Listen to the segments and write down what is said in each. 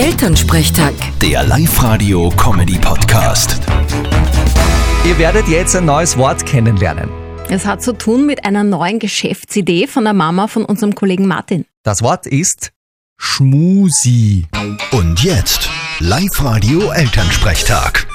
Elternsprechtag. Der Live-Radio-Comedy-Podcast. Ihr werdet jetzt ein neues Wort kennenlernen. Es hat zu tun mit einer neuen Geschäftsidee von der Mama von unserem Kollegen Martin. Das Wort ist Schmusi. Und jetzt Live-Radio Elternsprechtag.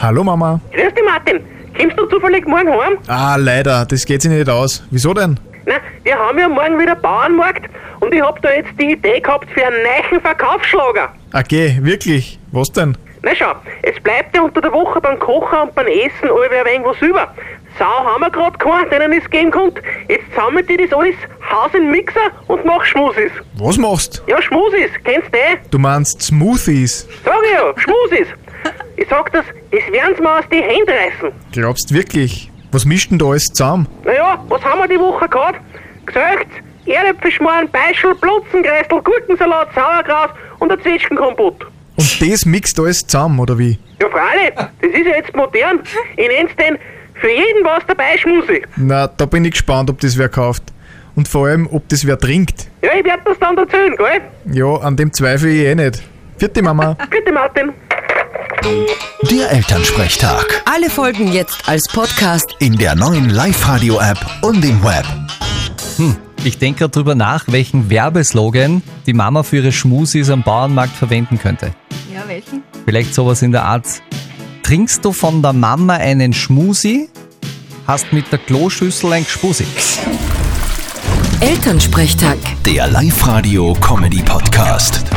Hallo Mama. Grüß dich, Martin. Kommst du zufällig morgen heim? Ah, leider, das geht sich nicht aus. Wieso denn? Na, wir haben ja morgen wieder Bauernmarkt und ich hab da jetzt die Idee gehabt für einen neuen Verkaufsschlager. Okay, Ah, wirklich. Was denn? Na schau, es bleibt ja unter der Woche beim Kochen und beim Essen alle ein wenig was über. Sau haben wir grad keinen, denen es geben konnte. Jetzt sammelt die das alles, haus in den Mixer und mach Schmusis. Was machst? Ja, Schmusis, kennst du eh? Du meinst Smoothies. Sag ich ja, Schmusis. Ich sag das, es werden's mir aus die Hände reißen. Glaubst wirklich? Was mischt denn da alles zusammen? Naja, was haben wir die Woche gehabt? Gesöcht, Erdäpfelschmarrn, Beischel, Plutzenkreisel, Gurkensalat, Sauerkraut und ein Zwetschgenkompott. Und das mixt alles zusammen, oder wie? Ja, freilich, das ist ja jetzt modern. Ich nenn's den für jeden was dabei Schmusi. Na, da bin ich gespannt, ob das wer kauft. Und vor allem, ob das wer trinkt. Ja, ich werd das dann erzählen, gell? Ja, an dem zweifle ich eh nicht. Vierte Mama. Bitte, Martin. Der Elternsprechtag. Alle Folgen jetzt als Podcast. In der neuen Live-Radio-App und im Web. Hm, ich denke gerade drüber nach, welchen Werbeslogan die Mama für ihre Schmusis am Bauernmarkt verwenden könnte. Ja, welchen? Vielleicht sowas in der Art. Trinkst du von der Mama einen Schmusi? Hast mit der Kloschüssel ein Gspusi. Elternsprechtag. Der Live-Radio-Comedy-Podcast.